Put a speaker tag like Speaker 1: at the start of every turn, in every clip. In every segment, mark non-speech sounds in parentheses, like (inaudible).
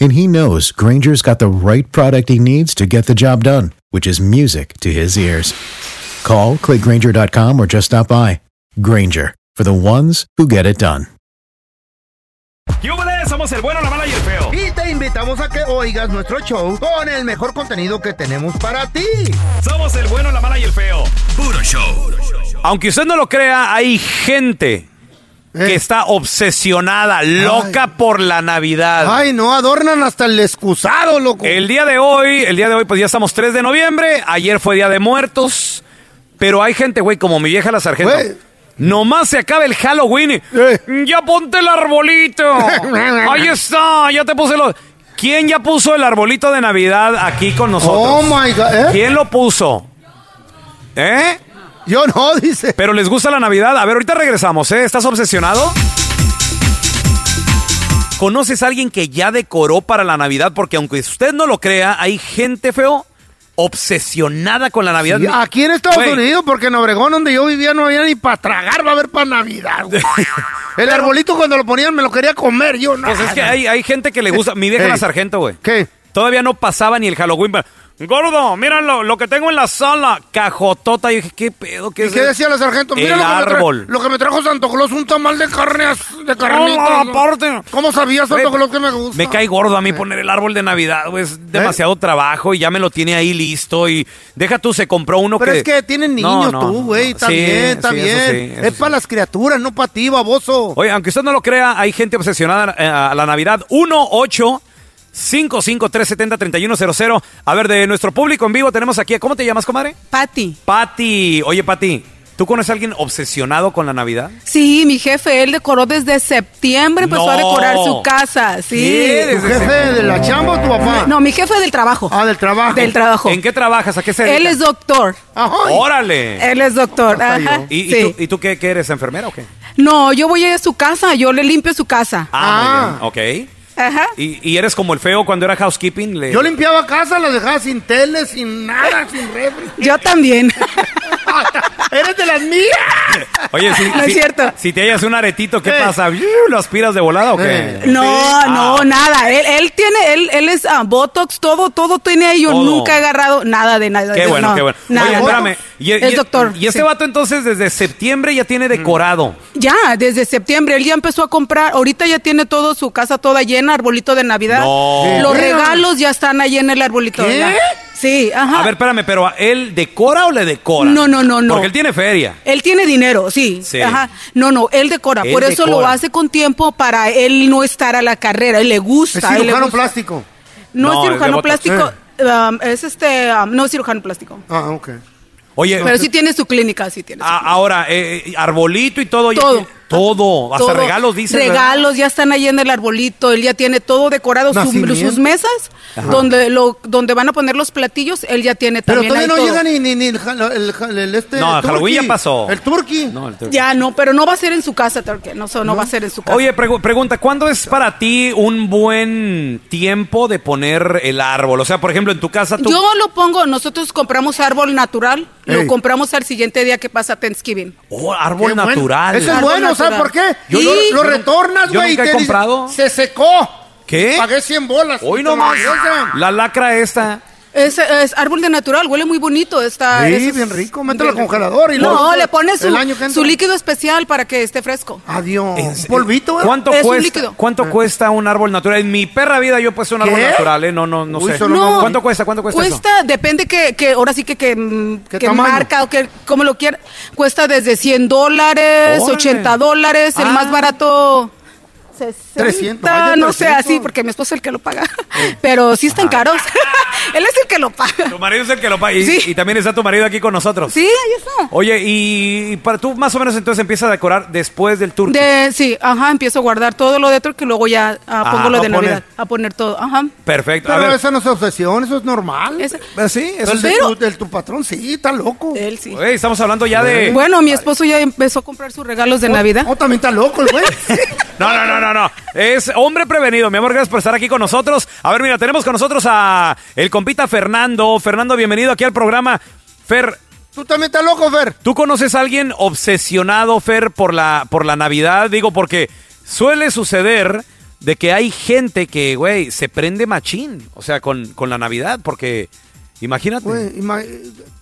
Speaker 1: And he knows Granger's got the right product he needs to get the job done, which is music to his ears. Call, click Granger.com, or just stop by. Granger, for the ones who get it done.
Speaker 2: ¡Yúbales! Somos el bueno, la mala y el feo.
Speaker 3: Y te invitamos a que oigas nuestro show con el mejor contenido que tenemos para ti.
Speaker 2: Somos el bueno, la mala y el feo. Puro show. Aunque usted no lo crea, hay
Speaker 3: Eh.
Speaker 2: gente que está obsesionada, loca por la Navidad.
Speaker 3: Ay, no, adornan hasta el excusado, loco.
Speaker 2: El día de hoy, el día de hoy, pues ya estamos 3 de noviembre. Ayer fue Día de Muertos. Pero hay gente, güey, como mi vieja la sargento.
Speaker 3: Güey.
Speaker 2: Nomás se acaba el Halloween. y,
Speaker 3: Eh.
Speaker 2: Ya ponte el
Speaker 3: (laughs)
Speaker 2: arbolito. Ahí está, ya te puse los... ¿Quién ya puso el arbolito de Navidad aquí con nosotros?
Speaker 3: Oh my God, ¿eh?
Speaker 2: ¿Quién lo puso? ¿Eh?
Speaker 3: Yo no, (laughs) dice.
Speaker 2: Pero les gusta la Navidad. A ver, ahorita regresamos, ¿eh? ¿Estás obsesionado? ¿Conoces a alguien que ya decoró para la Navidad? Porque aunque usted no lo crea, hay gente feo obsesionada con la Navidad.
Speaker 3: Y Aquí en Estados
Speaker 2: Güey,
Speaker 3: Unidos, porque en Obregón, donde yo vivía, no había ni para tragar, va a haber para
Speaker 2: (laughs)
Speaker 3: Navidad. güey. El arbolito cuando lo ponían me lo quería comer, yo no.
Speaker 2: Pues es que hay, hay gente que le gusta. Mi vieja
Speaker 3: Ey.
Speaker 2: la sargento, güey.
Speaker 3: ¿Qué?
Speaker 2: Todavía no pasaba ni el Halloween. pero, Gordo, mira lo, lo que tengo en la sala. Cajotota. Y dije, ¿qué pedo? ¿Qué
Speaker 3: ¿Y
Speaker 2: es
Speaker 3: qué
Speaker 2: eso?
Speaker 3: decía la sargento? Mira
Speaker 2: El
Speaker 3: lo, que me tra-
Speaker 2: árbol.
Speaker 3: lo que me trajo Santo Claus, un tamal de carne, as- de carnitas.
Speaker 2: No, aparte.
Speaker 3: ¿Cómo sabía Santo
Speaker 2: Güey,
Speaker 3: Claus que me gusta?
Speaker 2: Me cae gordo a mí poner el árbol de Navidad, güey.
Speaker 3: ¿Eh?
Speaker 2: Es demasiado trabajo y ya me lo tiene ahí listo. Y deja tú, se compró uno
Speaker 3: Pero
Speaker 2: que.
Speaker 3: es que tienen niños
Speaker 2: No, no,
Speaker 3: tú,
Speaker 2: no, no.
Speaker 3: güey. Está
Speaker 2: Sí,
Speaker 3: bien, está
Speaker 2: sí, eso
Speaker 3: bien.
Speaker 2: sí, eso
Speaker 3: es
Speaker 2: sí.
Speaker 3: para las criaturas, no para ti, baboso.
Speaker 2: Oye, aunque usted no lo crea, hay gente obsesionada eh, a la Navidad. 1 8 55 370 3100. A ver, de nuestro público en vivo tenemos aquí. ¿Cómo te llamas, comadre?
Speaker 4: Patti.
Speaker 2: Pati. Oye, Pati, ¿tú conoces a alguien obsesionado con la Navidad?
Speaker 4: Sí, mi jefe, él decoró desde septiembre, empezó
Speaker 2: No.
Speaker 4: a decorar su casa. Sí.
Speaker 2: ¿Qué?
Speaker 3: ¿Tu
Speaker 2: Desde
Speaker 3: jefe de la chamba o tu papá?
Speaker 4: No, mi jefe del trabajo.
Speaker 3: Ah, del trabajo.
Speaker 4: Del trabajo.
Speaker 2: ¿En qué trabajas? ¿A qué se
Speaker 4: Él
Speaker 2: dedica?
Speaker 4: es doctor.
Speaker 3: Ajá.
Speaker 2: ¡Órale!
Speaker 4: Él es doctor.
Speaker 3: Hasta
Speaker 4: Ajá,
Speaker 2: ¿Y, y
Speaker 4: sí.
Speaker 2: tú, y tú qué, qué eres, enfermera o qué?
Speaker 4: No, yo voy a su casa, yo le limpio su casa.
Speaker 2: Ah,
Speaker 3: Ah.
Speaker 2: muy bien. Ok.
Speaker 4: Ajá.
Speaker 2: ¿Y, y eres como el feo cuando era housekeeping? Le...
Speaker 3: Yo limpiaba casa, la dejaba sin tele, sin nada, sin refri.
Speaker 4: Yo también.
Speaker 3: (laughs) ¡Eres de las mías!
Speaker 2: Oye, si,
Speaker 4: (laughs) No es
Speaker 2: si-
Speaker 4: cierto.
Speaker 2: si te hallas un aretito, ¿qué
Speaker 3: Eh.
Speaker 2: pasa? (laughs) ¿Lo aspiras de volada o qué?
Speaker 3: Eh.
Speaker 4: No,
Speaker 2: Sí.
Speaker 4: no,
Speaker 2: Ah.
Speaker 4: nada. Él, él tiene, él, él es ah, Botox, todo, todo tiene ahí. Yo
Speaker 2: Todo.
Speaker 4: nunca he agarrado nada de nada.
Speaker 2: Qué
Speaker 4: Yo
Speaker 2: bueno,
Speaker 4: no,
Speaker 2: qué bueno.
Speaker 4: nada,
Speaker 2: Oye,
Speaker 4: no.
Speaker 2: espérame. Y,
Speaker 4: es
Speaker 2: y-
Speaker 4: doctor.
Speaker 2: Y este
Speaker 4: sí.
Speaker 2: vato entonces desde septiembre ya tiene decorado.
Speaker 4: Ya, desde septiembre él ya empezó a comprar. Ahorita ya tiene todo su casa toda llena, arbolito de Navidad.
Speaker 2: No.
Speaker 4: Los
Speaker 3: ¿Qué?
Speaker 4: regalos ya están ahí en el arbolito.
Speaker 3: ¿Qué?
Speaker 4: ya. Sí, ajá.
Speaker 2: A ver, espérame, pero ¿a ¿él decora o le decora?
Speaker 4: Ah. No, no, no, no.
Speaker 2: Porque él tiene feria.
Speaker 4: Él tiene dinero, sí.
Speaker 2: Sí.
Speaker 4: Ajá. No, no, él decora.
Speaker 2: Él
Speaker 4: Por eso lo
Speaker 2: decora.
Speaker 4: hace con tiempo para él no estar a la carrera. Él le gusta.
Speaker 3: Es
Speaker 4: a él le
Speaker 3: cirujano
Speaker 4: gusta.
Speaker 3: plástico.
Speaker 4: No,
Speaker 2: No,
Speaker 4: es
Speaker 2: es de
Speaker 4: cirujano
Speaker 2: Botox.
Speaker 4: plástico. um, es este, um, no es cirujano plástico.
Speaker 3: Ah, ok.
Speaker 2: Oye, Ah,
Speaker 4: Pero sí tiene su clínica, sí tiene. su
Speaker 2: a- ahora, eh, arbolito y todo. ya
Speaker 4: Todo.
Speaker 2: tiene- todo. Hasta
Speaker 4: todo.
Speaker 2: regalos, dice.
Speaker 4: Regalos, ya están ahí en el arbolito. Él ya tiene todo decorado, su-
Speaker 3: Nacimiento.
Speaker 4: sus mesas, donde lo, donde van a poner los platillos, él ya tiene
Speaker 3: Pero
Speaker 4: también
Speaker 3: todavía
Speaker 4: ahí
Speaker 3: no
Speaker 4: todo.
Speaker 3: llega ni, ni, ni el, jal- el jal- el este.
Speaker 2: No,
Speaker 3: el
Speaker 2: Halloween
Speaker 3: turkey.
Speaker 2: ya pasó.
Speaker 3: El turkey. No,
Speaker 4: Ya no, pero no va a ser en su casa, Turkey. No, so- no va a ser en su casa.
Speaker 2: Oye, pregu- pregunta, ¿cuándo es para ti un buen tiempo de poner el árbol? O sea, por ejemplo, en tu casa tú...
Speaker 4: yo lo pongo, nosotros compramos árbol natural,
Speaker 3: Ey.
Speaker 4: lo compramos al siguiente día que pasa Thanksgiving.
Speaker 2: Oh, árbol natural.
Speaker 3: Eso es
Speaker 4: Árbol
Speaker 3: bueno, ¿sabes
Speaker 4: natural.
Speaker 3: por qué?
Speaker 4: Yo
Speaker 3: lo,
Speaker 4: no-
Speaker 3: lo
Speaker 2: yo no-
Speaker 3: retornas,
Speaker 2: yo
Speaker 3: güey. y
Speaker 2: nunca he
Speaker 3: te dice,
Speaker 2: comprado.
Speaker 3: Se secó.
Speaker 2: ¿Qué?
Speaker 3: Pagué 100 bolas.
Speaker 2: Hoy
Speaker 3: no
Speaker 2: nomás. La lacra esta.
Speaker 4: Es, es árbol de natural, huele muy bonito. Está,
Speaker 3: Sí,
Speaker 4: ese es-
Speaker 3: bien rico, mételo al
Speaker 4: bien rico.
Speaker 3: congelador y
Speaker 4: No,
Speaker 3: luego-
Speaker 4: le pones
Speaker 3: el año que
Speaker 4: su,
Speaker 3: entra.
Speaker 4: su
Speaker 3: Ah,
Speaker 4: líquido especial para que esté fresco.
Speaker 3: Adiós.
Speaker 2: Es- eh,
Speaker 3: ¿Un polvito, ¿verdad? Ah.
Speaker 2: ¿Cuánto
Speaker 4: Es un
Speaker 2: cuesta?
Speaker 4: líquido.
Speaker 2: ¿Cuánto cuesta un árbol natural? En mi perra vida yo he puesto un árbol
Speaker 3: ¿Qué?
Speaker 2: natural, ¿eh? No, no, no
Speaker 3: Uy,
Speaker 2: sé.
Speaker 3: solo No. no.
Speaker 2: ¿Cuánto cuesta? ¿Cuánto cuesta, eso?
Speaker 4: Cuesta, depende que, que ahora sí que, que, mm,
Speaker 3: ¿Qué
Speaker 4: que
Speaker 3: tamaño?
Speaker 4: marca o que como lo quiera. Cuesta desde 100 dólares,
Speaker 2: Órale.
Speaker 4: 80 dólares,
Speaker 2: Ah.
Speaker 4: el más barato. 60,
Speaker 3: 300, ay, de
Speaker 4: no sé,
Speaker 3: 300.
Speaker 4: así, porque mi esposo es el que lo paga. (laughs) Pero sí están caros. (laughs) Él es el que lo
Speaker 3: (laughs)
Speaker 4: paga.
Speaker 2: Tu marido es el que lo paga. Y,
Speaker 4: Sí.
Speaker 2: y también está tu marido aquí con nosotros.
Speaker 4: Sí, ahí está.
Speaker 2: Oye, y para tú más o menos entonces empiezas a decorar después del tour.
Speaker 4: De, sí, ajá, empiezo a guardar todo lo de otro que luego ya ah,
Speaker 2: Ah,
Speaker 4: pongo lo
Speaker 2: a
Speaker 4: de
Speaker 2: poner.
Speaker 4: Navidad, a poner todo, ajá.
Speaker 2: Perfecto. A
Speaker 3: Pero
Speaker 2: ver.
Speaker 3: eso no es obsesión, eso es normal. Pues
Speaker 4: Esa-
Speaker 2: Eh, Sí, eso
Speaker 3: el
Speaker 2: sí.
Speaker 3: de
Speaker 4: Pero-
Speaker 3: tu, del tu patrón, sí, está loco.
Speaker 4: Él sí.
Speaker 2: Oye, estamos hablando ya de.
Speaker 4: Bueno, mi esposo ya empezó a comprar sus regalos de Navidad.
Speaker 3: Oh, también está
Speaker 4: (laughs)
Speaker 3: loco el güey.
Speaker 2: No, no, no, no, no. Es hombre prevenido. Mi amor, gracias por estar aquí con nosotros. A ver, mira, tenemos con nosotros a el compita Fernando. Fernando, bienvenido aquí al programa. Fer,
Speaker 3: Tú también estás loco, Fer.
Speaker 2: ¿tú conoces a alguien obsesionado, Fer, por la, por la Navidad? Digo, porque suele suceder de que hay gente que, güey, se prende machín. O sea, con, con la Navidad, porque imagínate.
Speaker 3: Güey, ima-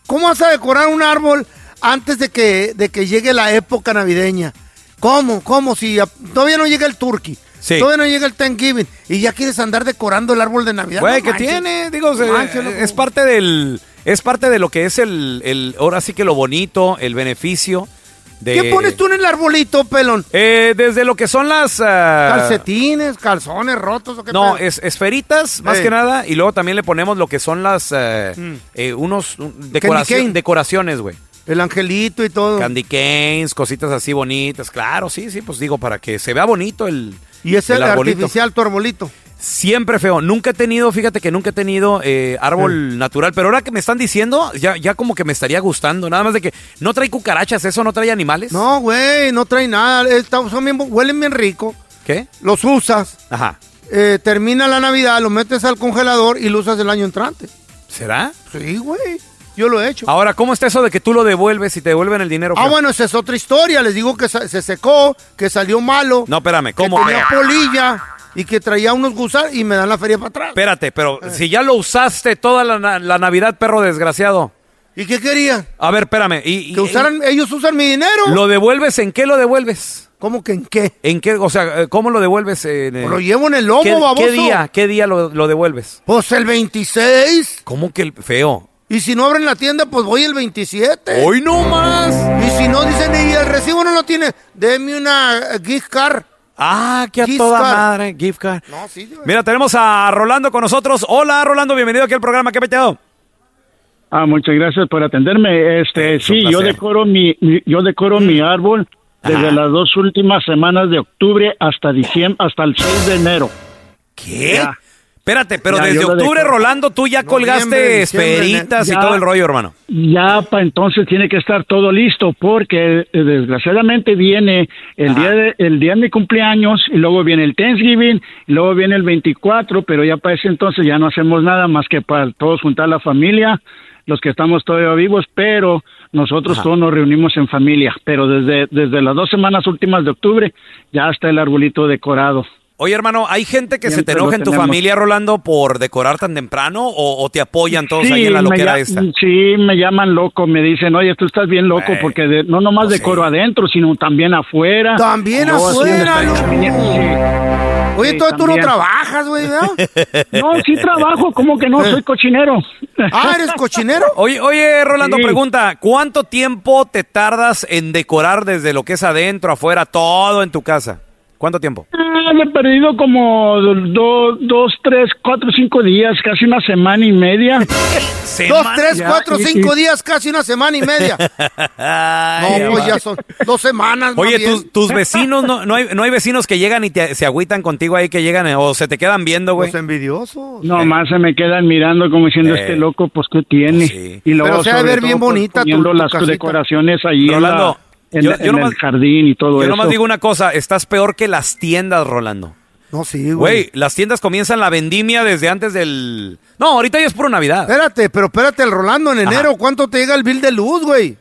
Speaker 3: ¿Cómo vas a decorar un árbol antes de que, de que llegue la época navideña? ¿Cómo? ¿Cómo? Si a- todavía no llega el turkey,
Speaker 2: Sí.
Speaker 3: todavía no llega el Thanksgiving y ya quieres andar decorando el árbol de Navidad.
Speaker 2: Güey,
Speaker 3: pues No
Speaker 2: que
Speaker 3: manches.
Speaker 2: tiene, digo,
Speaker 3: No
Speaker 2: se-
Speaker 3: manches, loco.
Speaker 2: es parte del, es parte de lo que es el, el ahora sí que lo bonito, el beneficio de.
Speaker 3: ¿Qué pones tú en el arbolito, pelón?
Speaker 2: Eh, desde lo que son las ah,
Speaker 3: ¿Calcetines, calzones rotos o qué
Speaker 2: no,
Speaker 3: pedo?
Speaker 2: es, esferitas, más
Speaker 3: Ey. Mm.
Speaker 2: que nada, y luego también le ponemos lo que son las eh, eh, unos un- decoración-
Speaker 3: cane.
Speaker 2: decoraciones, güey.
Speaker 3: El angelito y todo.
Speaker 2: Candy canes, cositas así bonitas, claro, sí, sí, pues digo, para que se vea bonito el,
Speaker 3: Y es el,
Speaker 2: arbolito.
Speaker 3: artificial tu arbolito.
Speaker 2: Siempre feo. Nunca he tenido, fíjate que nunca he tenido eh, árbol
Speaker 3: Mm.
Speaker 2: natural. Pero ahora que me están diciendo, ya, ya como que me estaría gustando. Nada más de que no trae cucarachas, eso no trae animales.
Speaker 3: No, güey, no trae nada. Está- son bien bu- huelen bien rico.
Speaker 2: ¿Qué?
Speaker 3: Los usas.
Speaker 2: Ajá.
Speaker 3: eh, termina la Navidad, lo metes al congelador y lo usas el año entrante.
Speaker 2: ¿Será?
Speaker 3: Sí, güey. Yo lo he hecho.
Speaker 2: Ahora, ¿cómo está eso de que tú lo devuelves y te devuelven el dinero?
Speaker 3: Ah,
Speaker 2: feo?
Speaker 3: bueno, esa es otra historia. Les digo que sa- se secó, que salió malo.
Speaker 2: No, espérame,
Speaker 3: que
Speaker 2: ¿cómo?
Speaker 3: tenía polilla y que traía unos gusanos y me dan la feria para atrás.
Speaker 2: Espérate, pero
Speaker 3: Eh.
Speaker 2: si ya lo usaste toda la, na- la Navidad, perro desgraciado.
Speaker 3: ¿Y qué querían?
Speaker 2: A ver, espérame. Y, y-
Speaker 3: Que usaran, ellos usan mi dinero.
Speaker 2: ¿Lo devuelves? ¿En qué lo devuelves?
Speaker 3: ¿Cómo que en qué? Pues
Speaker 2: ¿En qué? O sea, eh, ¿cómo lo devuelves? En, eh,
Speaker 3: Lo llevo en el lomo,
Speaker 2: ¿qué,
Speaker 3: baboso.
Speaker 2: ¿Qué día? ¿Qué día lo, lo devuelves?
Speaker 3: Pues el 26.
Speaker 2: ¿Cómo que el feo?
Speaker 3: Y si no abren la tienda, pues voy el 27.
Speaker 2: ¡Hoy no más!
Speaker 3: Y si no dicen, y el recibo no lo tiene, deme una eh, gift card.
Speaker 2: Ah, que a
Speaker 3: Gift
Speaker 2: toda
Speaker 3: card.
Speaker 2: madre, gift card.
Speaker 3: No, sí, güey.
Speaker 2: Mira, tenemos a Rolando con nosotros. Hola, Rolando, bienvenido aquí al programa. ¿Qué peteado?
Speaker 5: Ah, muchas gracias por atenderme. Este,
Speaker 2: Es un
Speaker 5: sí, yo
Speaker 2: placer. Mm.
Speaker 5: decoro mi, mi- yo decoro mi árbol desde
Speaker 2: Ajá.
Speaker 5: las dos últimas semanas de octubre hasta diciembre, hasta el 6 de enero.
Speaker 2: ¿Qué?
Speaker 5: Ya.
Speaker 2: ¿Eh? Espérate, pero
Speaker 5: Ya,
Speaker 2: desde
Speaker 5: yo lo
Speaker 2: octubre,
Speaker 5: dejo.
Speaker 2: Rolando, tú ya colgaste
Speaker 3: Noviembre, diciembre,
Speaker 2: esperitas y
Speaker 5: ya.
Speaker 2: todo el rollo, hermano.
Speaker 5: Ya para entonces tiene que estar todo listo porque eh, desgraciadamente viene el día de, el día de mi cumpleaños y luego viene el Thanksgiving, y luego viene el 24, pero ya para ese entonces ya no hacemos nada más que para todos juntar la familia, los que estamos todavía vivos, pero nosotros todos nos reunimos en familia, pero desde desde las dos semanas últimas de octubre ya está el arbolito decorado.
Speaker 2: Oye, hermano, ¿hay gente que se te
Speaker 5: Siempre lo
Speaker 2: enoja en tu
Speaker 5: tenemos.
Speaker 2: familia, Rolando, por decorar tan temprano o, o te apoyan todos ahí en la
Speaker 5: me
Speaker 2: loquera
Speaker 5: lla- (laughs)
Speaker 2: esta?
Speaker 5: sí, me llaman loco, me dicen, oye, tú estás bien loco,
Speaker 2: Güey,
Speaker 5: porque de- no nomás
Speaker 2: pues
Speaker 5: decoro
Speaker 2: sí.
Speaker 5: adentro, sino también afuera.
Speaker 3: También
Speaker 5: No, así en
Speaker 3: afuera,
Speaker 5: el-
Speaker 3: loco.
Speaker 2: eh,
Speaker 3: Oye,
Speaker 5: Sí,
Speaker 3: tú, tú no
Speaker 5: también.
Speaker 3: trabajas, güey,
Speaker 2: (laughs)
Speaker 3: ¿verdad?
Speaker 5: Sí. (laughs) No, sí trabajo, como que no,
Speaker 3: (laughs)
Speaker 5: soy cochinero.
Speaker 3: ah, ¿eres cochinero?
Speaker 2: Oye, oye, Rolando,
Speaker 5: Sí.
Speaker 2: pregunta, ¿cuánto tiempo te tardas en decorar desde lo que es adentro, afuera, todo en tu casa? ¿Cuánto tiempo?
Speaker 5: (laughs) Ah, le he perdido como do- dos, tres, cuatro, cinco días, casi una semana y
Speaker 3: (laughs)
Speaker 5: media.
Speaker 3: Dos, tres,
Speaker 5: Ya,
Speaker 3: cuatro,
Speaker 5: y-
Speaker 3: cinco
Speaker 5: y-
Speaker 3: días, casi
Speaker 2: (laughs)
Speaker 3: una semana y media.
Speaker 2: Ay,
Speaker 3: No, pues ya son dos semanas. Pues más
Speaker 2: Oye,
Speaker 3: bien.
Speaker 2: tus, tus vecinos, no, no, hay, no hay vecinos que llegan y te- se agüitan contigo ahí, que llegan eh, o se te quedan viendo, güey.
Speaker 3: Los envidiosos.
Speaker 5: Nomás se me quedan mirando como diciendo
Speaker 2: Eh.
Speaker 5: este loco, pues qué tiene.
Speaker 2: Sí.
Speaker 5: Y luego
Speaker 3: Pero se ha de
Speaker 5: sobre
Speaker 3: ver bien
Speaker 5: todo, pues,
Speaker 3: bonita tu-
Speaker 5: poniendo
Speaker 3: tu
Speaker 5: las
Speaker 3: casita.
Speaker 5: decoraciones ahí en, la-
Speaker 2: Rolando,
Speaker 5: en
Speaker 2: yo-
Speaker 5: la-
Speaker 2: yo
Speaker 5: en
Speaker 2: nomás-
Speaker 5: el jardín y todo
Speaker 2: Yo
Speaker 5: eso.
Speaker 2: nomás digo una cosa, estás peor que las tiendas, Rolando.
Speaker 3: No, sí,
Speaker 2: Güey,
Speaker 3: güey.
Speaker 2: las tiendas comienzan la vendimia desde antes del... No, ahorita ya es puro Navidad.
Speaker 3: Espérate, pero espérate, el Rolando, en
Speaker 2: Ajá.
Speaker 3: enero, ¿cuánto te llega el bill de luz, güey?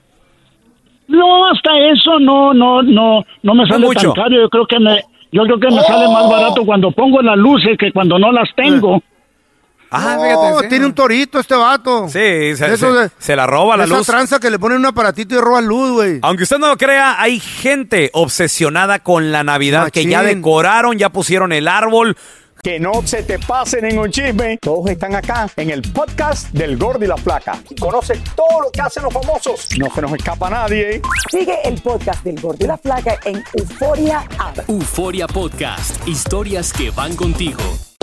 Speaker 5: No, hasta eso no, no, no, no me sale
Speaker 2: mucho. Oh.
Speaker 5: tan caro. Yo creo que me, yo creo que me sale más barato cuando pongo las luces que cuando no las tengo.
Speaker 2: Ah,
Speaker 3: no,
Speaker 2: fíjate, sí.
Speaker 3: tiene un torito este vato.
Speaker 2: Sí, se,
Speaker 3: De esos
Speaker 2: se-
Speaker 3: de-
Speaker 2: se la roba la
Speaker 3: esa
Speaker 2: luz.
Speaker 3: tranza que le ponen un aparatito y roba luz, güey.
Speaker 2: Aunque usted no lo crea, hay gente obsesionada con la Navidad que ya
Speaker 3: Machín.
Speaker 2: decoraron, ya pusieron el árbol.
Speaker 6: Que no se te pase ningún chisme. Todos están acá en el podcast del Gordi y la Flaca. Y conoce todo lo que hacen los famosos. No se nos escapa nadie.
Speaker 7: Sigue el podcast del Gordo y la Flaca en Euforia App.
Speaker 8: Euforia Podcast, historias que van contigo.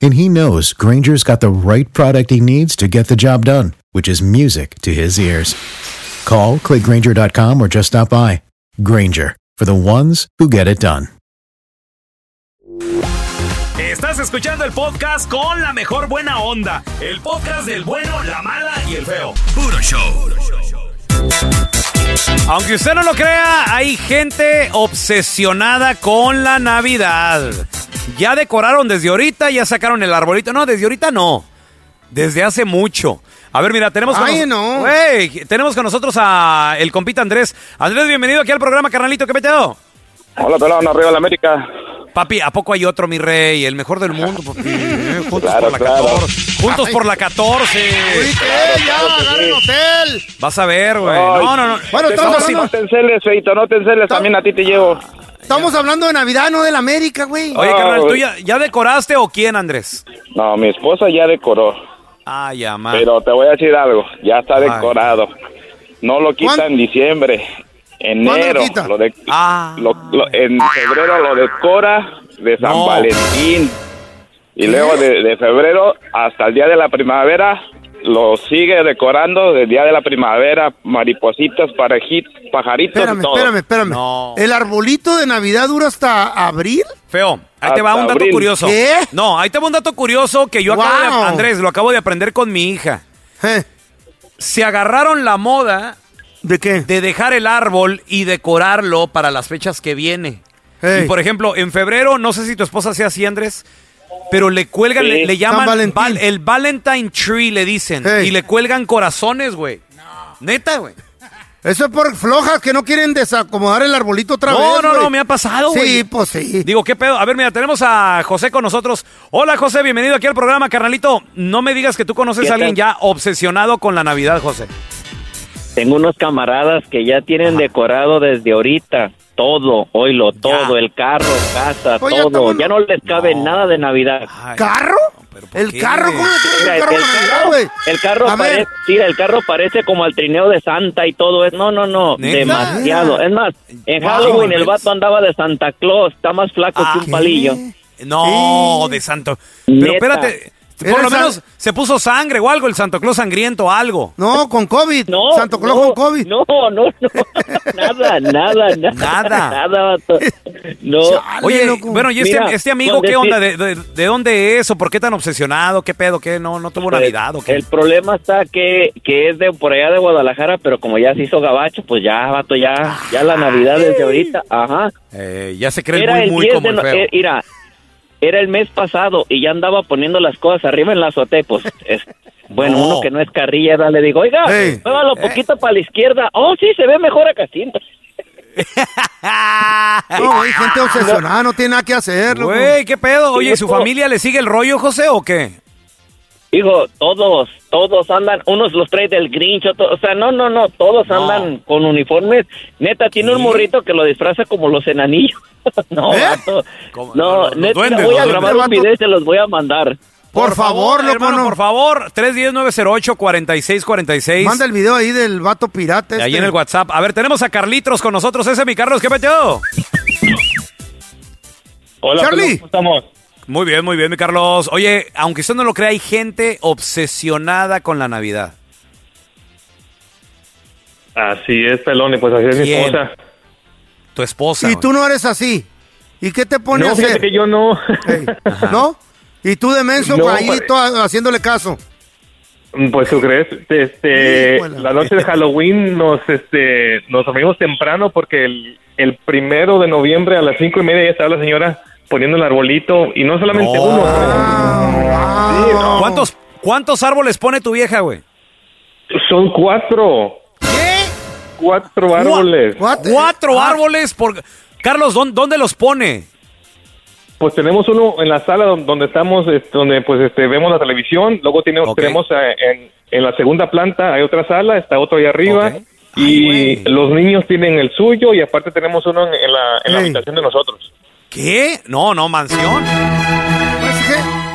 Speaker 1: And he knows Granger's got the right product he needs to get the job done, which is music to his ears. Call, click Granger.com, or just stop by. Granger, for the ones who get it done.
Speaker 2: Estás escuchando el podcast con la mejor buena onda. El podcast del bueno, la mala y el feo.
Speaker 8: Puro show.
Speaker 2: Aunque usted no lo crea, hay gente obsesionada con la Navidad. Ya decoraron desde ahorita, ya sacaron el arbolito. No, desde ahorita no. Desde hace mucho. A ver, mira, tenemos con,
Speaker 3: Ay,
Speaker 2: nos-
Speaker 3: no.
Speaker 2: Güey, tenemos con nosotros a el compita Andrés. Andrés, bienvenido aquí al programa, carnalito. ¿Qué peteo?
Speaker 6: Hola, pelón, arriba la América.
Speaker 2: Papi, ¿a poco hay otro, mi rey? El mejor del mundo,
Speaker 6: (laughs)
Speaker 2: papi. Eh, Juntos
Speaker 6: Claro,
Speaker 2: por la
Speaker 6: claro.
Speaker 2: 14. Juntos por la 14.
Speaker 3: Oye, ya, agarra el hotel.
Speaker 2: Vas a ver, güey.
Speaker 6: Ay.
Speaker 2: No, no, no.
Speaker 3: Bueno, estamos
Speaker 2: sí,
Speaker 3: hablando-
Speaker 6: Eh, No te enceles, feito, no te enceles. También a ti te llevo.
Speaker 3: Estamos hablando de Navidad, no de la América, güey.
Speaker 2: Oye, carnal, ¿tú
Speaker 6: güey.
Speaker 2: ya, ya decoraste o quién, Andrés?
Speaker 6: No, mi esposa ya decoró.
Speaker 2: Ah, ya, ma.
Speaker 6: Pero te voy a decir algo. Ya está
Speaker 2: Ay.
Speaker 6: decorado. No lo quita
Speaker 3: ¿Cuán-
Speaker 6: en diciembre.
Speaker 3: lo
Speaker 6: Enero.
Speaker 3: quita?
Speaker 6: Lo de-
Speaker 2: Ah.
Speaker 6: lo- lo- en febrero lo decora de San
Speaker 2: No.
Speaker 6: Valentín. Y luego de, de febrero hasta el día de la primavera lo sigue decorando del día de la primavera. Maripositas, parejitos, pajaritos.
Speaker 3: Espérame,
Speaker 6: y todo.
Speaker 3: espérame, espérame.
Speaker 2: No.
Speaker 3: ¿El arbolito de Navidad dura hasta abril?
Speaker 2: Feo, ahí te va
Speaker 6: Hasta
Speaker 2: un dato
Speaker 6: abril.
Speaker 2: curioso.
Speaker 3: ¿Qué?
Speaker 2: No, ahí te va un dato curioso que yo acabo de...
Speaker 3: Wow.
Speaker 2: Andrés, lo acabo de aprender con mi hija.
Speaker 3: Eh,
Speaker 2: Se agarraron la moda
Speaker 3: ¿De qué?
Speaker 2: de dejar el árbol y decorarlo para las fechas que viene.
Speaker 3: Hey.
Speaker 2: Y por ejemplo, en febrero, no sé si tu esposa sea así, Andrés, pero le cuelgan,
Speaker 6: Sí.
Speaker 2: le, le llaman
Speaker 3: San Valentín.
Speaker 2: val- el Valentine Tree, le dicen,
Speaker 3: Hey.
Speaker 2: y le cuelgan corazones, güey. Neta, güey.
Speaker 3: Eso es por flojas que no quieren desacomodar el arbolito otra
Speaker 2: No,
Speaker 3: vez.
Speaker 2: no,
Speaker 3: güey.
Speaker 2: no, me ha pasado, güey.
Speaker 3: Sí, pues sí.
Speaker 2: Digo, ¿qué pedo? A ver, mira, tenemos a José con nosotros. Hola, José, bienvenido aquí al programa, carnalito. No me digas que tú conoces
Speaker 9: ¿Qué
Speaker 2: a alguien
Speaker 9: tal?
Speaker 2: ya obsesionado con la Navidad, José.
Speaker 9: Tengo unos camaradas que ya tienen decorado desde ahorita todo, oílo, todo, el carro, casa,
Speaker 3: Pues ya
Speaker 9: todo.
Speaker 3: estamos-
Speaker 9: Ya no les cabe nada de Navidad.
Speaker 2: Ay,
Speaker 3: ¿Carro?
Speaker 2: pero ¿por
Speaker 3: ¿El
Speaker 2: qué?
Speaker 3: carro? ¿Cómo le tienen
Speaker 9: Mira,
Speaker 3: un
Speaker 9: el,
Speaker 3: carro para Navidad,
Speaker 9: carro,
Speaker 3: güey?
Speaker 9: el carro
Speaker 3: A ver,
Speaker 9: parece, sí, el carro parece como al trineo de Santa y todo es, no, no, no,
Speaker 2: ¿Neta?
Speaker 9: demasiado. Es más, en
Speaker 2: Wow,
Speaker 9: Halloween el
Speaker 2: Andrés.
Speaker 9: vato andaba de Santa Claus, está más flaco
Speaker 2: Ah,
Speaker 9: que un
Speaker 2: ¿qué?
Speaker 9: palillo.
Speaker 2: No, de santo. Pero
Speaker 9: Neta.
Speaker 2: espérate, por
Speaker 3: Era
Speaker 2: lo
Speaker 3: san-
Speaker 2: menos se puso sangre o algo, el Santo Claus sangriento, algo.
Speaker 3: No, con COVID.
Speaker 9: No,
Speaker 3: Santo Claus
Speaker 9: no,
Speaker 3: con COVID.
Speaker 9: No, no, no, nada, nada, nada,
Speaker 2: Nada.
Speaker 9: nada,
Speaker 3: (laughs)
Speaker 9: vato. No.
Speaker 3: Chale,
Speaker 2: Oye,
Speaker 3: loco.
Speaker 2: bueno, ¿y este,
Speaker 9: Mira,
Speaker 2: este amigo
Speaker 9: con
Speaker 2: qué
Speaker 9: decir-
Speaker 2: onda? ¿De, de, de dónde es o por qué tan obsesionado? ¿Qué pedo? ¿Qué? ¿No, no tuvo
Speaker 9: Pues,
Speaker 2: Navidad o qué?
Speaker 9: El problema está que, que es de por allá de Guadalajara, pero como ya se hizo gabacho, pues ya, vato, ya, ya la Navidad desde ahorita, ajá.
Speaker 2: Ah, Eh, ya se cree
Speaker 9: Era
Speaker 2: muy,
Speaker 9: el
Speaker 2: muy
Speaker 9: 10
Speaker 2: como
Speaker 9: de
Speaker 2: el
Speaker 9: no-
Speaker 2: feo.
Speaker 9: eh, mira, era el mes pasado y ya andaba poniendo las cosas arriba en la azotea, y pues, es, bueno,
Speaker 2: No. eh".
Speaker 9: uno que no es carrilla, ¿verdad? le digo, oiga,
Speaker 3: Ey.
Speaker 9: muévalo poquito para la izquierda, oh, sí, se ve mejor acá,
Speaker 2: (laughs)
Speaker 9: sí.
Speaker 3: No, güey, gente obsesionada, Ah, no tiene nada que hacer, loco.
Speaker 2: Güey, ¿qué pedo? Oye, ¿y su
Speaker 9: Loco.
Speaker 2: familia le sigue el rollo, José, o qué?
Speaker 9: Hijo, todos, todos andan, unos los trae del Grinch, otros- o sea, no, no, no, todos andan con uniformes. Neta, tiene un morrito que lo disfraza como los enanillos. (laughs) no,
Speaker 3: ¿Eh?
Speaker 9: vato.
Speaker 2: Como-
Speaker 9: no,
Speaker 2: los- los
Speaker 9: neta,
Speaker 2: duendes,
Speaker 9: voy
Speaker 2: los
Speaker 9: a grabar
Speaker 3: duendes.
Speaker 9: un video y se los voy a mandar.
Speaker 3: Por favor, loco,
Speaker 2: hermano,
Speaker 3: no.
Speaker 2: por favor, 310-908-4646.
Speaker 3: Manda el video ahí del vato pirata.
Speaker 2: De ahí
Speaker 3: este.
Speaker 2: en el WhatsApp. A ver, tenemos a Carlitos con nosotros. Ese es mi Carlos, ¿qué metió?
Speaker 10: Hola,
Speaker 2: Charlie.
Speaker 10: Pelón, ¿cómo estamos?
Speaker 2: Muy bien, muy bien, mi Carlos. Oye, aunque usted no lo crea, hay gente obsesionada con la Navidad.
Speaker 10: Así es, Pelón, y pues así es mi
Speaker 2: ¿Quién?
Speaker 10: esposa.
Speaker 2: Tu esposa.
Speaker 3: Y
Speaker 2: güey.
Speaker 3: tú no eres así. ¿Y qué te pone
Speaker 10: No,
Speaker 3: a
Speaker 10: fíjate
Speaker 3: hacer?
Speaker 10: que yo no.
Speaker 3: ¿No? Y tú de menso
Speaker 10: No,
Speaker 3: ahí
Speaker 10: padre.
Speaker 3: todo haciéndole caso.
Speaker 10: Mm, Pues tú crees, este, la noche de Halloween nos, este, nos dormimos temprano porque el, el primero de noviembre a las cinco y media ya estaba la señora poniendo el arbolito y no solamente uno.
Speaker 2: ¿Cuántos, ¿Cuántos árboles pone tu vieja, güey?
Speaker 10: Son cuatro. Cuatro árboles. Ah.
Speaker 2: Cuatro, árboles por... Carlos, ¿dó- ¿dónde los pone?
Speaker 10: Pues tenemos uno en la sala don- donde estamos, este, donde pues este, vemos la televisión. Luego tenemos, tenemos eh, en, en la segunda planta hay otra sala, está otro allá arriba. Y los niños tienen el suyo y aparte tenemos uno en, en la, en la habitación de nosotros.
Speaker 2: ¿Qué? No, no, mansión.
Speaker 3: Pues,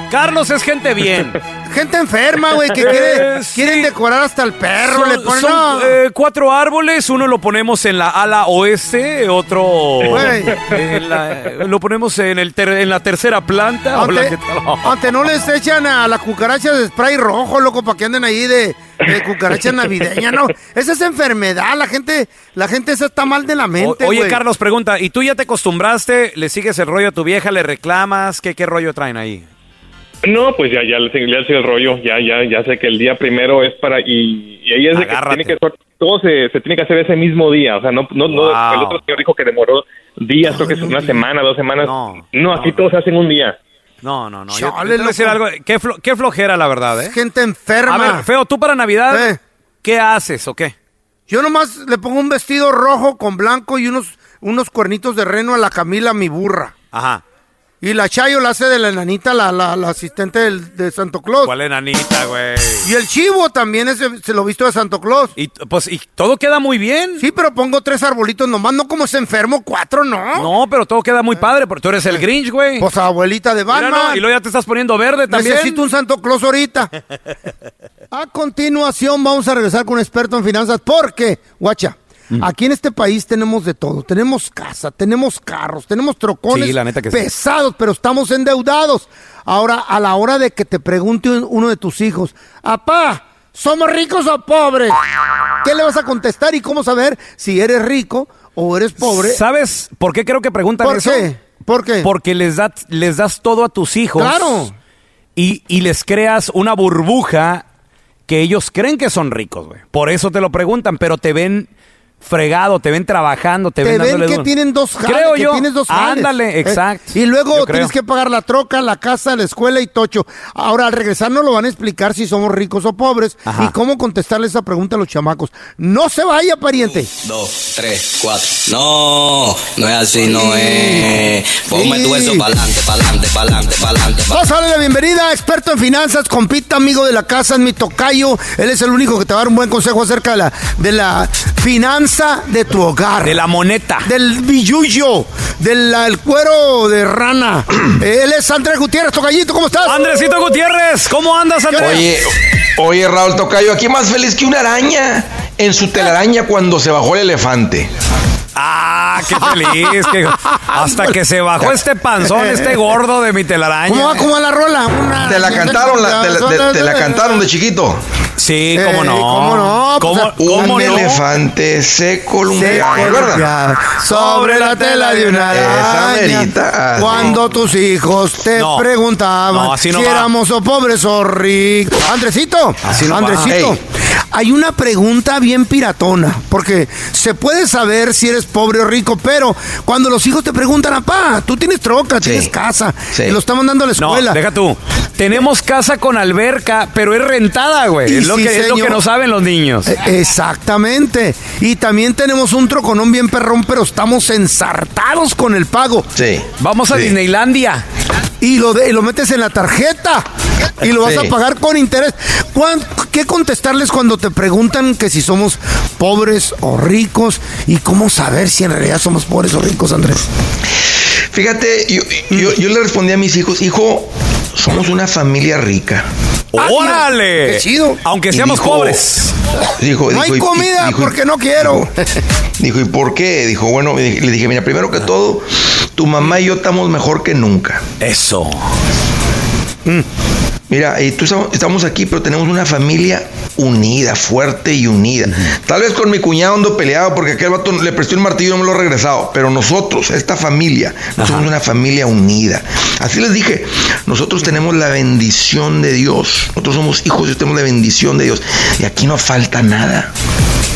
Speaker 2: Carlos es gente bien.
Speaker 3: Gente enferma,
Speaker 2: (laughs)
Speaker 3: güey, que
Speaker 2: Eh,
Speaker 3: quiere- quieren decorar hasta el (laughs) perro.
Speaker 2: Son-
Speaker 3: le ponen,
Speaker 2: son,
Speaker 3: no.
Speaker 2: eh, cuatro árboles, uno lo ponemos en la ala oeste, otro
Speaker 3: Güey.
Speaker 2: en la- eh, lo ponemos en, el ter- en la tercera planta. o la
Speaker 3: Aunque,
Speaker 2: que-
Speaker 3: aunque Ah, no les echan a las cucarachas de spray rojo, loco, para que anden ahí de, de cucarachas navideñas, no. Esa es enfermedad, la gente, la gente esa está mal de la
Speaker 2: O-
Speaker 3: mente,
Speaker 2: Oye,
Speaker 3: güey.
Speaker 2: Carlos, pregunta, ¿y tú ya te acostumbraste? ¿Le sigues el rollo a tu vieja? ¿Le reclamas? ¿Qué, qué rollo traen ahí?
Speaker 10: No, pues ya, ya le sigue le sigue el rollo. Ya, ya, ya sé que el día primero es para. Y, y ahí es de que tiene que. Todo se, se tiene que hacer ese mismo día. O sea, no. no, no
Speaker 2: Wow.
Speaker 10: El otro señor dijo que demoró días, creo que es una semana, dos semanas. No, aquí todos hacen un día.
Speaker 2: No, no, no. yo-
Speaker 3: Chale,
Speaker 2: yo te voy a decir
Speaker 3: loco.
Speaker 2: algo. Qué, flo- qué flojera, la verdad, ¿eh?
Speaker 3: Gente enferma.
Speaker 2: A ver, Feo, tú para Navidad, ¿qué haces o qué?
Speaker 3: Yo nomás le pongo un vestido rojo con blanco y unos, unos cuernitos de reno a la Camila, mi burra.
Speaker 2: Ajá.
Speaker 3: Y la Chayo la hace de la enanita, la, la, la asistente del- de Santo Claus.
Speaker 2: ¿Cuál enanita, güey?
Speaker 3: Y el chivo también ese, se lo visto de Santo Claus.
Speaker 2: Y pues y todo queda muy bien.
Speaker 3: Sí, pero pongo tres arbolitos nomás, no como se enfermo, cuatro no. Ah.
Speaker 2: No, pero todo queda muy padre, porque tú eres el Grinch, güey.
Speaker 3: Pues abuelita de
Speaker 2: Mira,
Speaker 3: Batman.
Speaker 2: no, y luego ya te estás poniendo verde también.
Speaker 3: Necesito un Santo Claus
Speaker 2: (laughs)
Speaker 3: ahorita. A continuación vamos a regresar con un experto en finanzas porque, guacha,
Speaker 2: Mm.
Speaker 3: aquí en este país tenemos de todo. Tenemos casa, tenemos carros, tenemos trocones
Speaker 2: Sí, la neta que sí.
Speaker 3: pesados, pero estamos endeudados. Ahora, a la hora de que te pregunte un- uno de tus hijos, apá, ¿somos ricos o pobres? ¿Qué le vas a contestar y cómo saber si eres rico o eres pobre?
Speaker 2: ¿Sabes por qué creo que preguntan
Speaker 3: ¿Por
Speaker 2: eso?
Speaker 3: qué? ¿Por qué?
Speaker 2: Porque les, da- les das todo a tus hijos.
Speaker 3: Claro.
Speaker 2: Y, y les creas una burbuja que ellos creen que son ricos, güey. Por eso te lo preguntan, pero te ven fregado, te ven trabajando, te,
Speaker 3: te
Speaker 2: ven
Speaker 3: ven
Speaker 2: dándole
Speaker 3: que
Speaker 2: duro.
Speaker 3: tienen dos jales,
Speaker 2: Creo
Speaker 3: que
Speaker 2: yo.
Speaker 3: tienes dos jales.
Speaker 2: Ándale,
Speaker 3: Eh,
Speaker 2: exacto.
Speaker 3: y
Speaker 2: Yo
Speaker 3: luego
Speaker 2: creo.
Speaker 3: tienes que pagar la troca, la casa, la escuela y tocho. Ahora, al regresar no lo van a explicar si somos ricos o pobres y cómo contestarle esa pregunta a los chamacos. No se vaya, pariente.
Speaker 11: dos, tres, cuatro. No, no es así, no es. Ponme tu eso pa'lante, pa'lante, pa'lante, pa'lante.
Speaker 3: Vamos a darle la bienvenida, experto en finanzas, compita, amigo de la casa, es mi tocayo. Él es el único que te va a dar un buen consejo acerca de la, de la finanza de tu hogar. De
Speaker 2: la moneta.
Speaker 3: Del billuyo, del la- el cuero
Speaker 2: (clears throat)
Speaker 3: de rana. Él es Andrés Gutiérrez, tocayito, ¿cómo estás?
Speaker 2: Andresito Gutiérrez, ¿cómo andas,
Speaker 12: Oye, oye, Raúl Tocayo, aquí más feliz que una araña en su telaraña cuando se bajó el elefante.
Speaker 2: Ah, qué feliz. que- hasta que se bajó este
Speaker 3: (laughs)
Speaker 2: panzón, este gordo de mi telaraña.
Speaker 3: ¿Cómo va? ¿Cómo va la rola? Una-
Speaker 12: Te la cantaron, la- te, la, te- te la cantaron de chiquito. Eh,
Speaker 2: Sí, cómo no.
Speaker 12: ¿Cómo pues,
Speaker 3: no?
Speaker 2: ¿Cómo- cómo
Speaker 12: un
Speaker 2: no?
Speaker 12: elefante se columpiaba,
Speaker 3: Se
Speaker 12: ¿verdad?
Speaker 3: columpiaba sobre la tela de una
Speaker 12: Esa
Speaker 3: araña.
Speaker 12: merita. ah,
Speaker 3: Cuando tus hijos te
Speaker 12: No.
Speaker 3: preguntaban
Speaker 12: No, así no
Speaker 3: si
Speaker 12: va.
Speaker 3: éramos o pobres o ricos. Andresito,
Speaker 12: Así no va.
Speaker 3: Andresito,
Speaker 12: Ey.
Speaker 3: hay una pregunta bien piratona, porque se puede saber si eres pobre o rico, pero cuando los hijos te preguntan, papá, tú tienes troca, tienes casa, y lo están mandando a la escuela.
Speaker 2: No, deja tú. Tenemos casa con alberca, pero es rentada, güey.
Speaker 3: Y
Speaker 2: pues, Es, lo
Speaker 3: sí,
Speaker 2: que- es lo
Speaker 3: señor.
Speaker 2: que no saben los niños.
Speaker 3: Eh, Exactamente. Y también tenemos un troconón bien perrón, pero estamos ensartados con el pago.
Speaker 12: Sí.
Speaker 2: Vamos a Disneylandia.
Speaker 3: Y lo, de- y lo metes en la tarjeta. Y lo vas
Speaker 12: Sí.
Speaker 3: a pagar con interés. ¿Cuán- ¿Qué contestarles cuando te preguntan que si somos pobres o ricos? ¿Y cómo saber si en realidad somos pobres o ricos, Andrés?
Speaker 12: Fíjate, yo, yo- yo le respondí a mis hijos, hijo, Somos una familia rica.
Speaker 2: ¡Órale!
Speaker 12: ¡Qué chido!
Speaker 2: Aunque seamos pobres.
Speaker 12: Dijo,
Speaker 2: No hay
Speaker 12: dijo, y-
Speaker 2: comida porque
Speaker 3: no quiero.
Speaker 12: (laughs) Dijo, ¿y por qué? Dijo, bueno, y le dije, mira, primero que todo, tu mamá y yo estamos mejor que nunca.
Speaker 2: Eso.
Speaker 12: Mira, y tú estamos- estamos aquí, pero tenemos una familia unida, fuerte y unida. Tal vez con mi cuñado ando peleado porque aquel vato le prestó el martillo y no me lo ha regresado. Pero nosotros, esta familia, somos una familia unida. Así les dije, nosotros tenemos la bendición de Dios. Nosotros somos hijos y tenemos la bendición de Dios. Y aquí no falta nada.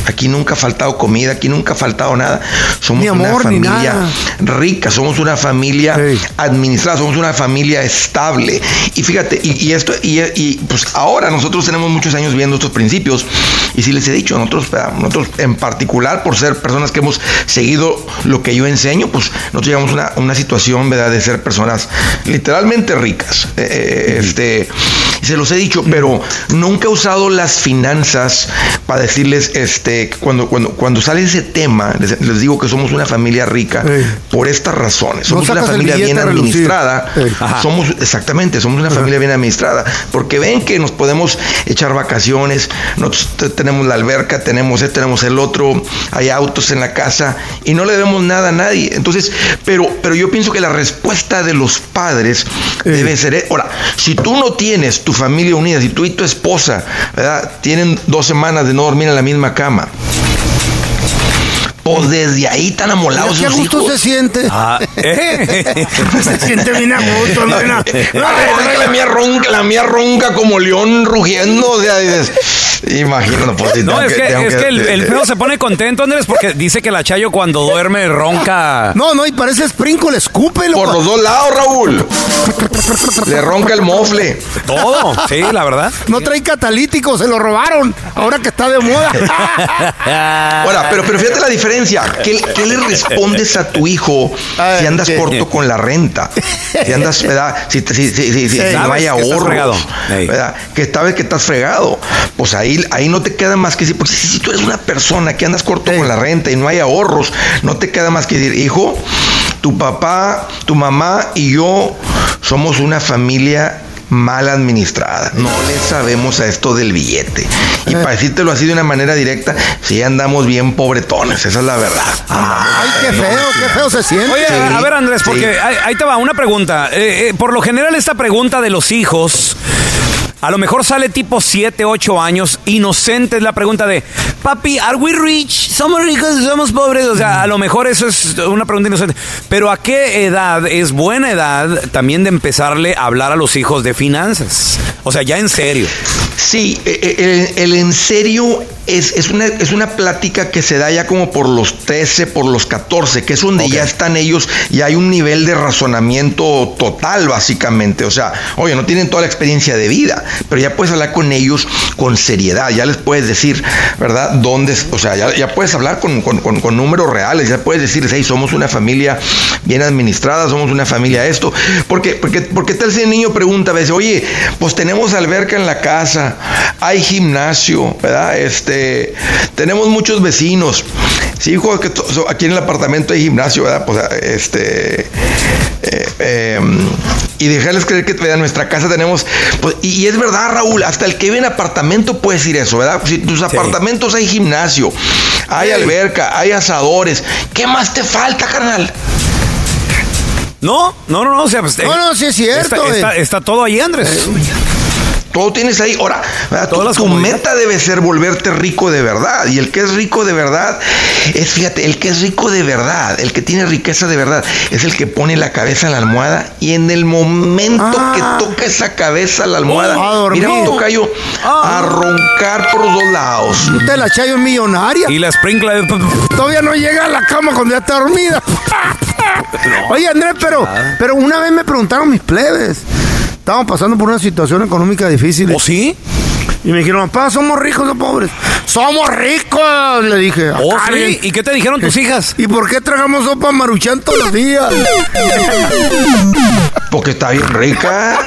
Speaker 12: Aquí nunca ha faltado comida, aquí nunca ha faltado nada. Somos
Speaker 3: Ni amor,
Speaker 12: una
Speaker 3: ni
Speaker 12: familia
Speaker 3: nada.
Speaker 12: rica, somos una familia administrada, somos una familia estable. Y fíjate, y, y esto, y, y, pues ahora nosotros tenemos muchos años viendo estos principios. Y si les he dicho, nosotros, nosotros en particular, por ser personas que hemos seguido lo que yo enseño, pues nosotros llegamos a una, una situación, ¿verdad?, de ser personas literalmente ricas. Eh, eh, este, se los he dicho, pero nunca he usado las finanzas para decirles, este, cuando, cuando, cuando sale ese tema, les, les digo que somos una familia rica por estas razones.
Speaker 3: No
Speaker 12: Somos una
Speaker 3: sacas el
Speaker 12: familia
Speaker 3: billete
Speaker 12: bien
Speaker 3: a relucir.
Speaker 12: administrada.
Speaker 3: Ey. Ajá.
Speaker 12: Somos, exactamente, somos una familia bien administrada. Porque ven que nos podemos echar vacaciones, nosotros te- tenemos la alberca, tenemos esto, tenemos el otro, hay autos en la casa y no le debemos nada a nadie. Entonces, pero, pero yo pienso que la respuesta de los padres debe ser. eh, Ahora, si tú no tienes tu familia unida, si tú y tu esposa, ¿verdad? Tienen dos semanas de no dormir en la misma cama. Pues desde ahí tan amolados
Speaker 3: Mira, qué a
Speaker 12: sus
Speaker 3: gusto
Speaker 12: hijos.
Speaker 3: se siente.
Speaker 2: Ah, ¿eh?
Speaker 3: (laughs) se siente bien a gusto, no hay nada.
Speaker 12: Ah, la mía ronca, la mía ronca como león rugiendo. O sea, dices, imagínate, pues, si
Speaker 2: No,
Speaker 12: tengo
Speaker 2: es que,
Speaker 12: tengo
Speaker 2: es que el, el feo se pone contento, Andrés, porque dice que la Chayo cuando duerme
Speaker 12: (laughs)
Speaker 2: ronca.
Speaker 3: No, no, y parece sprinkle, escúpelo.
Speaker 12: Por los dos lados,
Speaker 3: (laughs)
Speaker 12: Raúl. Le (laughs) ronca
Speaker 2: (laughs)
Speaker 12: el mofle.
Speaker 2: Todo, sí, la verdad.
Speaker 3: No trae catalítico, se lo robaron. Ahora que está de moda.
Speaker 2: (laughs)
Speaker 12: Ahora, pero, pero fíjate la diferencia. ¿Qué, qué le respondes a tu hijo si andas corto con la renta? Si andas, ¿verdad? Si, te- si, si, si- si
Speaker 2: Sí.
Speaker 12: no hay
Speaker 2: Sabes que estás fregado.
Speaker 12: ahorros, ¿verdad? Que sabes que estás fregado. Pues ahí, ahí no te queda más que decir, porque si, si tú eres una persona que andas corto con la renta y no hay ahorros, no te queda más que decir, hijo, tu papá, tu mamá y yo somos una familia mal administrada. No le sabemos a esto del billete.
Speaker 2: Eh.
Speaker 12: Y para decírtelo así de una manera directa, sí andamos bien pobretones, esa es la verdad.
Speaker 2: Ah.
Speaker 3: Ay, qué feo, qué feo se siente.
Speaker 2: Oye, a ver, Andrés, porque ahí, ahí te va una pregunta. Eh, eh, por lo general, esta pregunta de los hijos. A lo mejor sale tipo 7, 8 años, inocente es la pregunta de, papi, ¿are we rich? ¿Somos ricos? ¿Somos pobres? O sea, a lo mejor eso es una pregunta inocente. Pero ¿a qué edad es buena edad también de empezarle a hablar a los hijos de finanzas? O sea, ya en serio.
Speaker 12: Sí, eh, eh, el, el en serio es, es, una, es una plática que se da ya como por los 13, por los 14, que es donde ya están ellos y hay un nivel de razonamiento total, básicamente. O sea, oye, no tienen toda la experiencia de vida, pero ya puedes hablar con ellos con seriedad, ya les puedes decir, ¿verdad? ¿Dónde? es- O sea, ya, ya puedes hablar con, con- con- con números reales, ya puedes decir, hey, somos una familia bien administrada, somos una familia esto. Porque, porque, porque tal si el niño pregunta a veces, oye, pues tenemos alberca en la casa, hay gimnasio, ¿verdad? Este, tenemos muchos vecinos. Sí, hijo, que to- so- aquí en el apartamento hay gimnasio, ¿verdad? Pues este. eh, eh, y dejarles creer que ¿verdad? en nuestra casa tenemos. pues, y, y es verdad, Raúl, hasta el que vive en apartamento puede decir eso, ¿verdad? Si tus apartamentos hay gimnasio, hay alberca, hay asadores. ¿Qué más te falta, carnal?
Speaker 2: No, no, no, no. O sea, pues,
Speaker 12: No, no, sí es cierto,
Speaker 2: Está,
Speaker 12: eh.
Speaker 2: está- está todo ahí, Andrés.
Speaker 12: Todo tienes ahí. Ahora, ¿verdad? tu, tu meta debe ser volverte rico de verdad. Y el que es rico de verdad es, fíjate, el que es rico de verdad, el que tiene riqueza de verdad, es el que pone la cabeza en la almohada y en el momento que toca esa cabeza Ah. a Ah. la almohada,
Speaker 3: Oh, a dormir.
Speaker 12: mira, toca yo a roncar por dos lados.
Speaker 3: Usted la chayo es millonaria.
Speaker 2: Y la sprinkler.
Speaker 3: Todavía no llega a la cama cuando ya está dormida. Oye, Andrés, pero,
Speaker 2: Ah.
Speaker 3: pero una vez me preguntaron mis plebes. Estábamos pasando por una situación económica difícil. ¿O
Speaker 2: ¿Oh, sí?
Speaker 3: Y me dijeron, papá, somos ricos o pobres. ¡Somos ricos! Le dije.
Speaker 2: Oh,
Speaker 3: "Acá,
Speaker 2: sí,
Speaker 3: bien".
Speaker 2: ¿y qué te dijeron
Speaker 3: (laughs)
Speaker 2: tus hijas?
Speaker 3: ¿Y por qué tragamos sopa maruchan todos
Speaker 2: (laughs)
Speaker 3: los días?
Speaker 12: Porque está
Speaker 2: (laughs)
Speaker 12: bien rica.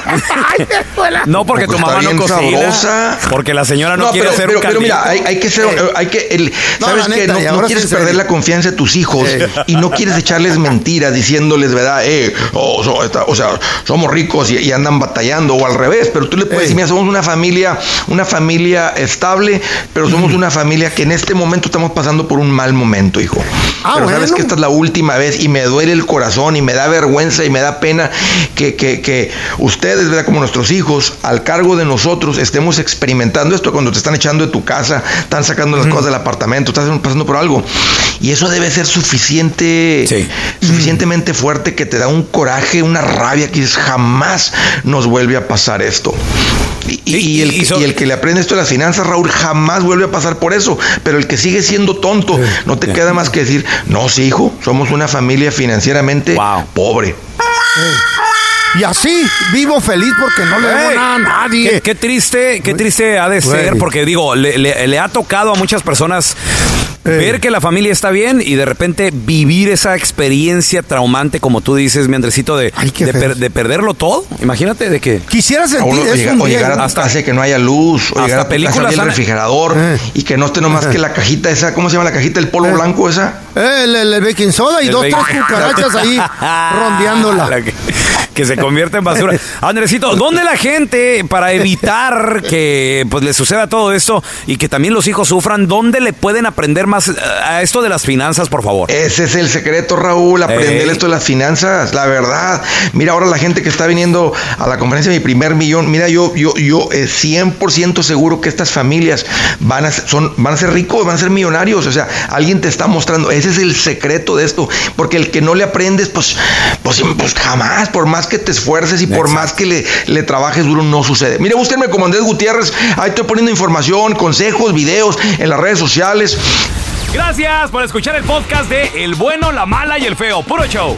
Speaker 2: No, porque tu
Speaker 12: está
Speaker 2: mamá no
Speaker 12: bien
Speaker 2: cocina.
Speaker 12: sabrosa.
Speaker 2: Porque la señora no, quiere
Speaker 12: pero,
Speaker 2: hacer
Speaker 12: pero,
Speaker 2: un
Speaker 12: pero
Speaker 2: caldito. Eh.
Speaker 12: mira, hay, hay que ser, hay que, el-
Speaker 2: No,
Speaker 12: sabes
Speaker 2: la
Speaker 12: que
Speaker 2: neta,
Speaker 12: no,
Speaker 2: y
Speaker 12: no
Speaker 2: ahora
Speaker 12: quieres
Speaker 2: sí se
Speaker 12: perder
Speaker 2: ve.
Speaker 12: la confianza de tus hijos
Speaker 2: Eh.
Speaker 12: y no quieres echarles mentiras diciéndoles, verdad, eh, oh, so- esta- o sea, somos ricos y, y andan batallando o al revés, pero tú le puedes decir, mira, somos una familia, una familia estable, pero somos una familia que en este momento estamos pasando por un mal momento, hijo.
Speaker 3: Ah,
Speaker 12: pero sabes
Speaker 3: bueno.
Speaker 12: que esta es la última vez y me duele el corazón y me da vergüenza y me da pena que, que- que ustedes, ¿verdad? como nuestros hijos, al cargo de nosotros, estemos experimentando esto cuando te están echando de tu casa, están sacando las cosas del apartamento, estás pasando por algo. Y eso debe ser suficiente, suficientemente fuerte que te da un coraje, una rabia que dices, jamás nos vuelve a pasar esto. Y, y- y el, que- y el que le aprende esto de las finanzas, Raúl, jamás vuelve a pasar por eso. Pero el que sigue siendo tonto, no te queda más que decir, no, sí, hijo, somos una familia financieramente pobre.
Speaker 3: Y así vivo feliz porque no le debo
Speaker 2: Ey,
Speaker 3: nada a nadie.
Speaker 2: Qué, qué triste, qué triste ha de ser,
Speaker 3: Güey.
Speaker 2: porque digo, le, le- le ha tocado a muchas personas
Speaker 3: Eh.
Speaker 2: ver que la familia está bien y de repente vivir esa experiencia traumante, como tú dices, mi Andresito, de, de, per- de perderlo todo. Imagínate de que.
Speaker 3: Quisiera
Speaker 12: O, lo- o llega- o llegar a tu
Speaker 3: (laughs)
Speaker 2: hasta,
Speaker 12: casa y que no haya luz, o llegar a tu casa
Speaker 2: películas
Speaker 12: y el
Speaker 2: han-
Speaker 12: refrigerador
Speaker 3: Eh.
Speaker 12: y que no esté nomás que la cajita esa, ¿cómo se llama la cajita? El polo blanco esa.
Speaker 3: Eh, el, el baking soda y
Speaker 12: El
Speaker 3: dos, tres
Speaker 12: baking-
Speaker 2: (laughs)
Speaker 3: cucarachas ahí rondeándola.
Speaker 2: La que, que se convierte en
Speaker 3: (laughs)
Speaker 2: basura. Andresito, ¿dónde la gente para evitar que pues le suceda todo esto y que también los hijos sufran, dónde le pueden aprender más eh, a esto de las finanzas, por favor?
Speaker 12: Ese es el secreto, Raúl, aprender
Speaker 2: Ey.
Speaker 12: esto de las finanzas, la verdad. Mira, ahora la gente que está viniendo a la conferencia de mi primer millón, mira, yo yo yo eh, 100% seguro que estas familias van a ser, son van a ser ricos, van a ser millonarios, o sea, alguien te está mostrando, ese es el secreto de esto, porque el que no le aprendes pues pues, pues jamás, por más que te esfuerces y por más que le, le trabajes duro no sucede. Mira, búsquenme como Andrés Gutiérrez, ahí estoy poniendo información, consejos, videos en las redes sociales.
Speaker 2: Gracias por escuchar el podcast de El bueno, la mala y el feo. Puro show.